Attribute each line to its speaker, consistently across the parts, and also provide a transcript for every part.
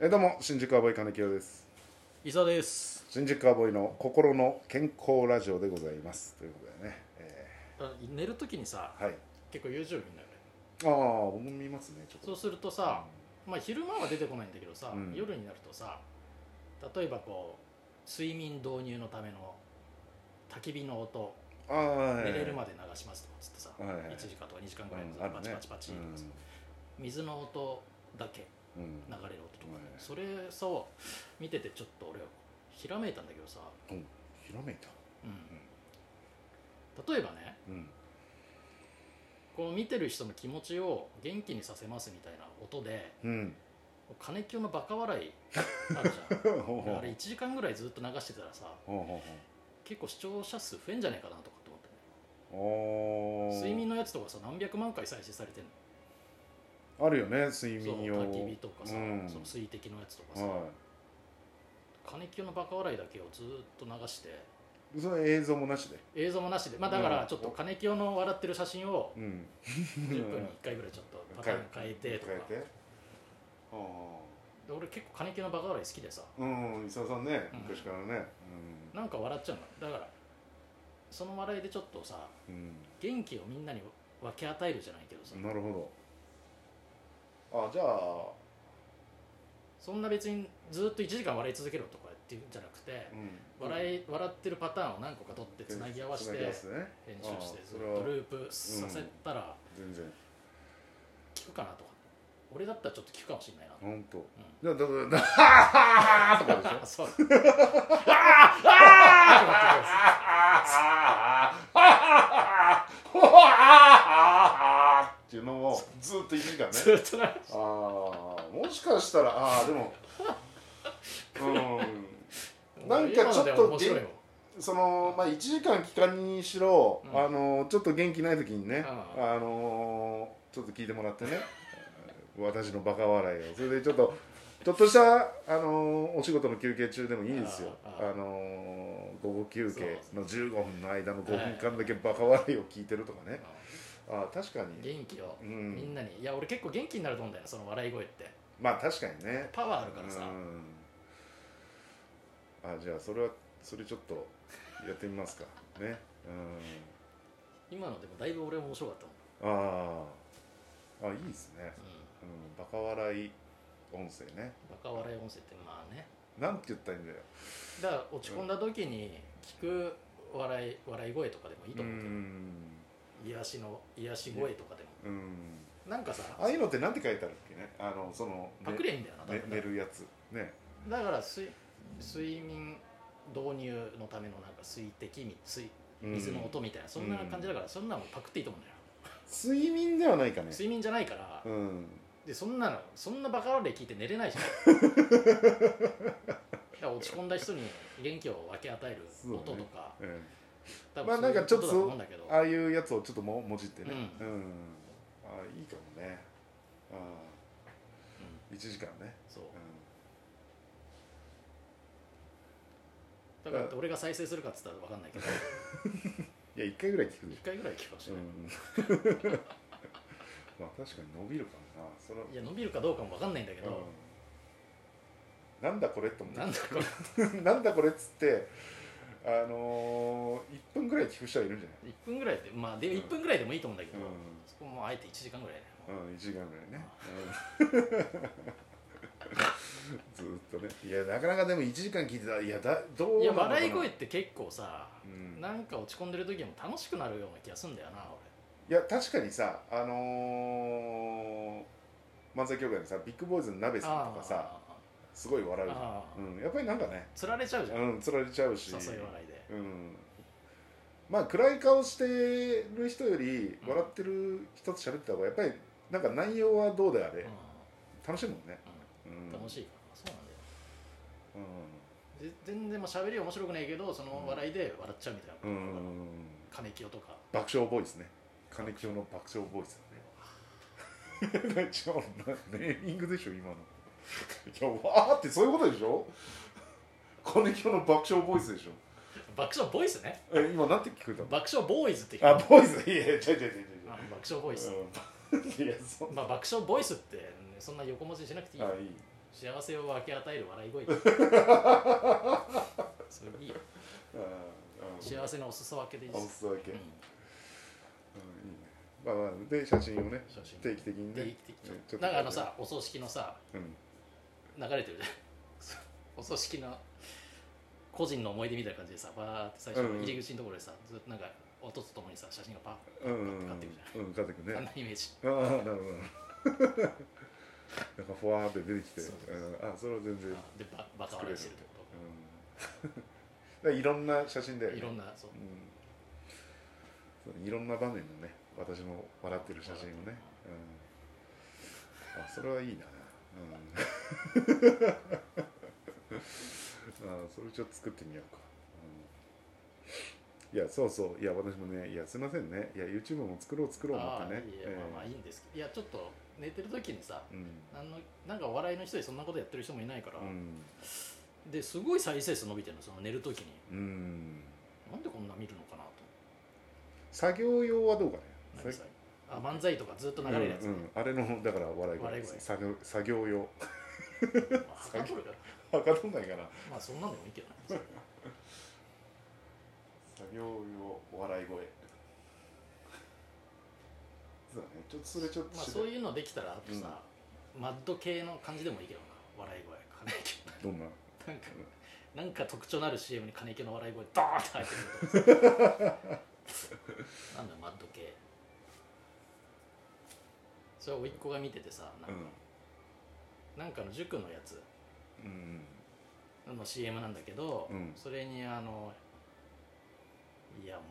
Speaker 1: えどうも新宿アボイ金城です
Speaker 2: 伊沢です
Speaker 1: 新宿アボイの心の健康ラジオでございますということでね、え
Speaker 2: あ寝る時にさ
Speaker 1: ーはい
Speaker 2: 結構 YouTube 見るんだよね
Speaker 1: ああ僕も見ますねちょっと
Speaker 2: そうするとさ、まあ、昼間は出てこないんだけどさ、
Speaker 1: うん
Speaker 2: 夜になるとさ例えばこう睡眠導入のための焚き火の音
Speaker 1: ああはい
Speaker 2: 寝れるまで流しますとかっつってさ、
Speaker 1: はいはい
Speaker 2: 1時間とか2時間ぐらいの
Speaker 1: うん
Speaker 2: さ、
Speaker 1: あるね
Speaker 2: パチパチパチとかさ、水の音だけ
Speaker 1: うんうん
Speaker 2: 流れる音とか、
Speaker 1: はい
Speaker 2: それさ見ててちょっと俺はひらめいたんだけどさ、
Speaker 1: ひらめいた
Speaker 2: うん、例えばね
Speaker 1: うん
Speaker 2: こう見てる人の気持ちを元気にさせますみたいな音で
Speaker 1: うん
Speaker 2: 金清のバカ笑 いあるじ
Speaker 1: ほうほう
Speaker 2: ゃんあれ1時間ぐらいずっと流してたらさ
Speaker 1: ほうほ
Speaker 2: 結構視聴者数増えんじゃないかなとかって思
Speaker 1: うほうお
Speaker 2: ってね
Speaker 1: ー
Speaker 2: 睡眠のやつとかさ何百万回再生されてんの
Speaker 1: あるよね睡
Speaker 2: そう
Speaker 1: 眠用
Speaker 2: 焚き火とかさ、
Speaker 1: うん
Speaker 2: その水滴のやつとかさ、
Speaker 1: は
Speaker 2: 金清のバカ笑いだけをずっと流して
Speaker 1: いその映像もなしで
Speaker 2: 映像もなしでまあだか
Speaker 1: う
Speaker 2: ら
Speaker 1: ん
Speaker 2: ちょっと金清の笑ってる写真を
Speaker 1: うん
Speaker 2: 10分に1回ぐらいちょっとパターン変えてとか
Speaker 1: 変えてあ
Speaker 2: で俺結構金清のバカ笑い好きでさ
Speaker 1: あうん伊沢さんね
Speaker 2: うん
Speaker 1: 昔からね
Speaker 2: なんか笑っちゃうのだからその笑いでちょっとさ
Speaker 1: うん、うん
Speaker 2: 元気をみんなに分け与えるじゃないけどさ、
Speaker 1: なるほどあじゃあ、
Speaker 2: そんな別にずっと1時間笑い続けろとかっていうんじゃなくて、
Speaker 1: うん
Speaker 2: 笑い笑ってるパターンを何個か取ってつなぎ合わせ
Speaker 1: 繋
Speaker 2: て
Speaker 1: ぎ合わせてね
Speaker 2: 編集して
Speaker 1: あー
Speaker 2: ず
Speaker 1: そ
Speaker 2: っ
Speaker 1: れは
Speaker 2: とループさせたら
Speaker 1: 全然
Speaker 2: 聞くかなとか、俺だったらちょっと聞くかもしれないな、
Speaker 1: 本当。
Speaker 2: う
Speaker 1: じゃあだだだハーとかでしょ
Speaker 2: ん、 そう
Speaker 1: っていうのをずっと1時間
Speaker 2: ず
Speaker 1: ね
Speaker 2: っとな
Speaker 1: ああもしかしたらああでもうんなんかちょっと
Speaker 2: 今のでも面白いもん
Speaker 1: そのまあ1時間期間にしろ、
Speaker 2: うん
Speaker 1: あのちょっと元気ない時にね、
Speaker 2: う
Speaker 1: あのちょっと聞いてもらってね 私のバカ笑いをそれでちょっとちょっとしたあのお仕事の休憩中でもいいですよ
Speaker 2: あ
Speaker 1: あ
Speaker 2: ああ
Speaker 1: の午後休憩の15分の間の5分間だけバカ笑いを聞いてるとかね、ああ確かに、
Speaker 2: 元気を
Speaker 1: う
Speaker 2: みん
Speaker 1: ん、
Speaker 2: なにいや俺結構元気になると思うんだよその笑い声って
Speaker 1: まあ確かにね
Speaker 2: パワーあるからさ、
Speaker 1: うん、あじゃあそれはそれちょっとやってみますかねうん
Speaker 2: 今のでもだいぶ俺も面白かったもん、
Speaker 1: あーあいいですね、
Speaker 2: うん
Speaker 1: うん、バカ笑い音声ね
Speaker 2: バカ笑い音声ってまあね
Speaker 1: なんて言ったらいいんだよ
Speaker 2: だから落ち込んだ時に聞く笑い笑い声とかでもいいと
Speaker 1: う
Speaker 2: 思うけど、
Speaker 1: ん
Speaker 2: 癒しの癒し声とかでも
Speaker 1: うん
Speaker 2: なんかさ
Speaker 1: ああいうのってなんて書いてあるっけねあのその
Speaker 2: パクリゃいいんだよな、
Speaker 1: ね
Speaker 2: 多分
Speaker 1: 寝るやつね
Speaker 2: だから睡睡眠導入のためのなんか水滴み水
Speaker 1: うん
Speaker 2: 水の音みたいな、そんな感じだからそんなのパクっていいと思うんだよ、
Speaker 1: 睡眠ではないかね
Speaker 2: 睡眠じゃないから、
Speaker 1: うん
Speaker 2: でそんなのそんなバカ笑い聞いて寝れないじゃん だから落ち込んだ人に元気を分け与える音とか、
Speaker 1: うん
Speaker 2: 多
Speaker 1: まあ
Speaker 2: 分そういう
Speaker 1: なんかちょっと
Speaker 2: ことだ思うんだけど
Speaker 1: ああいうやつをちょっとももじってねう、
Speaker 2: うん
Speaker 1: ああいいかもねああ1時間ね、
Speaker 2: そう
Speaker 1: う
Speaker 2: だから俺が再生するかっつったら分かんないけど
Speaker 1: ん、いや1回ぐらい聞くでし
Speaker 2: 一回ぐらい聞くかもし
Speaker 1: ょ、
Speaker 2: れ
Speaker 1: う
Speaker 2: ない、
Speaker 1: ん、 まあ確かに伸びるかもなそれはい
Speaker 2: や伸びるかどうかも分かんないんだけど、
Speaker 1: うんなんだこれって思っ
Speaker 2: なんだこれ
Speaker 1: て なんだこれっつってあのー、1分ぐらい聞く人はいるんじゃ
Speaker 2: 1分ぐらいでまあで
Speaker 1: うん
Speaker 2: 1分ぐらいでもいいと思うんだけど、
Speaker 1: うん
Speaker 2: そこもあえて1時間ぐらいね、
Speaker 1: ない、うん、1時間ぐらいね、うん ずーっとねいやなかなかでも1時間聞いてたいやだどう
Speaker 2: いや
Speaker 1: なのかな
Speaker 2: 笑い声って結構さ、
Speaker 1: うん
Speaker 2: なんか落ち込んでる時も楽しくなるような気がするんだよな俺
Speaker 1: いや確かにさあのー、漫才協会のさビッグボーイズの鍋さんとかさ
Speaker 2: あ
Speaker 1: すごい笑
Speaker 2: ー
Speaker 1: うじゃん、
Speaker 2: あー
Speaker 1: うん、やっぱりなんかね
Speaker 2: つられちゃうじゃん、
Speaker 1: うんつられちゃうし
Speaker 2: 誘い笑いで
Speaker 1: うんまあ暗い顔してる人より笑ってる人と喋ってた方がやっぱりなんか内容はどうであれ楽しいもんね、うん
Speaker 2: う、ん楽しいからそうなんだよ
Speaker 1: う
Speaker 2: ぜ全然もう喋り面白くないけどその笑いで笑っちゃうみたい
Speaker 1: ん、う
Speaker 2: な、
Speaker 1: ん
Speaker 2: 金清とか
Speaker 1: 爆笑ボーイスね金清の爆笑ボーイ スだねちょネーミングでしょ今のいやわーってそういうことでしょ金清の爆笑ボーイスでしょ
Speaker 2: 爆笑ボイスね
Speaker 1: え今なんて聞こえ
Speaker 2: 爆笑ボーイズって
Speaker 1: た
Speaker 2: 言
Speaker 1: の
Speaker 2: う
Speaker 1: あボーイスいやいや違う違う違う違
Speaker 2: あ爆笑ボイス、
Speaker 1: ううんいやそん
Speaker 2: まあ、爆笑ボイスって、ねそんな横文字にしなくていい、
Speaker 1: あいい
Speaker 2: 幸せを分け与える笑 い声それいいよ
Speaker 1: あーあー
Speaker 2: 幸せのお裾分けでいい
Speaker 1: あ
Speaker 2: で
Speaker 1: お
Speaker 2: す、
Speaker 1: すそ分け、
Speaker 2: う
Speaker 1: うんん、いいねまあまあで写真をね
Speaker 2: 写真
Speaker 1: 定期的にね
Speaker 2: 定期的に
Speaker 1: ねちょっと
Speaker 2: なんかあのさお葬式のさ
Speaker 1: うん
Speaker 2: 流れてるじゃん お葬式の個人の思い出みたいな感じでさバーって最初の入り口のところでさ、ずっとなんか音とともにさ写真がパッ
Speaker 1: うんうん
Speaker 2: 買ってくじ
Speaker 1: うん買ってくね
Speaker 2: あんなイメージ
Speaker 1: ああなるほど なんかフォワーって出てきて
Speaker 2: そう
Speaker 1: うんあそれは全然うんだ
Speaker 2: でババカ笑いしてるって
Speaker 1: か
Speaker 2: こ
Speaker 1: らいろん な写真だよ
Speaker 2: と、
Speaker 1: ね
Speaker 2: いろんなそう
Speaker 1: うんそういろんな場面のね私も笑ってる写真をね、うん、あそれはいいな、 うん、あそれちょっと作ってみようか、うん、いやそうそういや私もねいやすいませんねいや YouTube も作ろう作ろう思
Speaker 2: あ
Speaker 1: っ
Speaker 2: あ
Speaker 1: てね
Speaker 2: いやまあまあいいんですけど、いやちょっと寝てる時にさ
Speaker 1: えーうん
Speaker 2: なんのなんかお笑いの人でそんなことやってる人もいないから、
Speaker 1: うん
Speaker 2: ですごい再生数伸びてるのその寝る時に
Speaker 1: うん
Speaker 2: なんでこんな見るのかなと
Speaker 1: 作業用はどうかね
Speaker 2: 何さあ漫才とかずっと流れるやつ
Speaker 1: う
Speaker 2: ね
Speaker 1: んうん、あれのだから笑い声
Speaker 2: 笑い声
Speaker 1: 作業作業用
Speaker 2: まあはかどるから
Speaker 1: はかどんないかな
Speaker 2: まあそんなのでもいいけどねそれ
Speaker 1: 作業用お笑い声そうだねちょっとそれちょっと
Speaker 2: まあ
Speaker 1: 知り
Speaker 2: そういうのできたらあとさ、マッド系の感じでもいいけどな笑い声金井家
Speaker 1: どんな
Speaker 2: なんかなんか特徴のある CM に金井家の笑い声ドーンって入ってくるとなんだよマッド系それ甥っ子が見ててさなんか,、なんかの塾のやつ
Speaker 1: うん
Speaker 2: の CM なんだけど、
Speaker 1: うん
Speaker 2: それにあのいやもう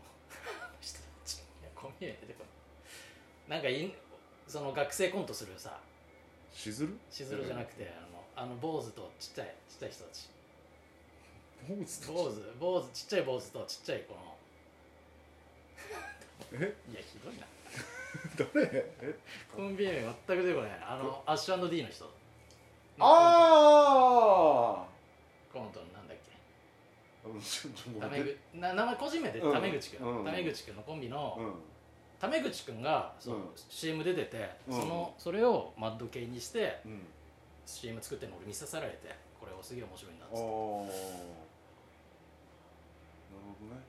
Speaker 2: 人たちいやコミュ出てこないなんかいんその学生コントするさ
Speaker 1: しずる
Speaker 2: しずるじゃなくて、あのあの坊主とちっちゃいちっちゃい人たち
Speaker 1: 坊主と
Speaker 2: 坊主坊主ちっちゃい坊主とちっちゃいこの
Speaker 1: え
Speaker 2: いやひどいな
Speaker 1: 誰え
Speaker 2: コンビ名全く出てこないあのアッシュ &D の人の
Speaker 1: あ
Speaker 2: コントコントのなんだっけ
Speaker 1: あうんちょっと
Speaker 2: タ
Speaker 1: ごめ
Speaker 2: メ
Speaker 1: んね
Speaker 2: ぐな名前個人名で
Speaker 1: うん
Speaker 2: タメ口く
Speaker 1: うんん
Speaker 2: タメ口くんのコンビの、
Speaker 1: うん
Speaker 2: タメ口くんがそう、
Speaker 1: うん
Speaker 2: CM 出てて、
Speaker 1: うん
Speaker 2: そのそれをマッド系にして
Speaker 1: うん
Speaker 2: CM 作ってるの俺見させられてこれすげえ面白いんだっ
Speaker 1: あ
Speaker 2: つ
Speaker 1: あ
Speaker 2: っ
Speaker 1: な
Speaker 2: て
Speaker 1: る
Speaker 2: うん
Speaker 1: ほどね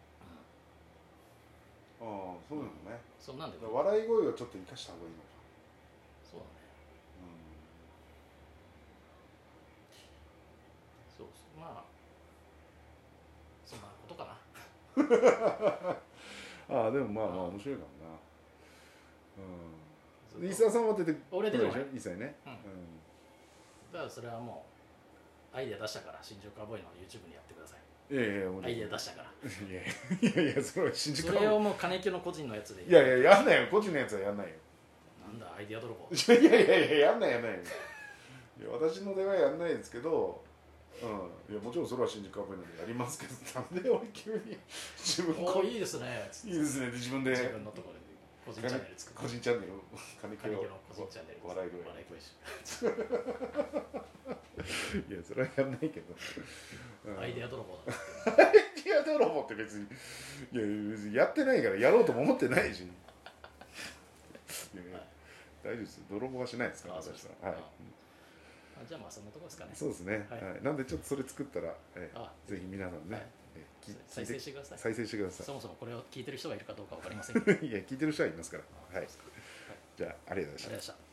Speaker 1: ああそうなのね
Speaker 2: そんなんで
Speaker 1: だから
Speaker 2: そう
Speaker 1: 笑い声をちょっと生かした方がいいのか
Speaker 2: だねそうそうまあそんなことかな
Speaker 1: うんああでもまあまあ面白いかもなうん伊沢さんは出て
Speaker 2: 俺出てこない
Speaker 1: こでしょ一切ね、
Speaker 2: うんだからそれはもうアイデア出したから新宿アボーイの YouTube にやってください
Speaker 1: うん、いやいやいや
Speaker 2: アイデア出
Speaker 1: し
Speaker 2: したから
Speaker 1: いやいやいやそれは新宿
Speaker 2: それをもう金木の個人のやつで
Speaker 1: いやいややんないよ個人のやつはやんないよ
Speaker 2: なんだアイデア泥棒
Speaker 1: いやいやいやいややんないやんないよいや私の出はやんないですけどうんいやもちろんそれは新宿アプリなんでやりますけどなんで俺急に自分
Speaker 2: お
Speaker 1: こ
Speaker 2: おいいですね
Speaker 1: いいですねで自分で
Speaker 2: 自分のところで個人チャンネル作って
Speaker 1: 個人チャンネルを金
Speaker 2: 金
Speaker 1: 木
Speaker 2: 木
Speaker 1: を
Speaker 2: の個人チャンネル
Speaker 1: 笑い声
Speaker 2: 笑い声集
Speaker 1: いやそれはやんないけど、うん
Speaker 2: アイデア泥棒だ
Speaker 1: いや泥棒って別にいや別にやってないからやろうとも思ってないしいやいや大丈夫です泥棒はしないですから
Speaker 2: あ
Speaker 1: 私
Speaker 2: そう
Speaker 1: ははい
Speaker 2: ですああじゃあまあそんなとこですかね
Speaker 1: そうですね、
Speaker 2: はい
Speaker 1: はい、なんでちょっとそれ作ったら、え
Speaker 2: あ
Speaker 1: ぜひ皆さんね、
Speaker 2: はい
Speaker 1: え聞いて
Speaker 2: 再生してください
Speaker 1: 再生してくださ
Speaker 2: そもそもこれを聞いてる人がいるかどうかわかりませんけど あ
Speaker 1: いいや聞いてる人はいますか
Speaker 2: そ
Speaker 1: らは
Speaker 2: うで
Speaker 1: い
Speaker 2: すかあ
Speaker 1: じゃあありがとうございました
Speaker 2: りがとうございました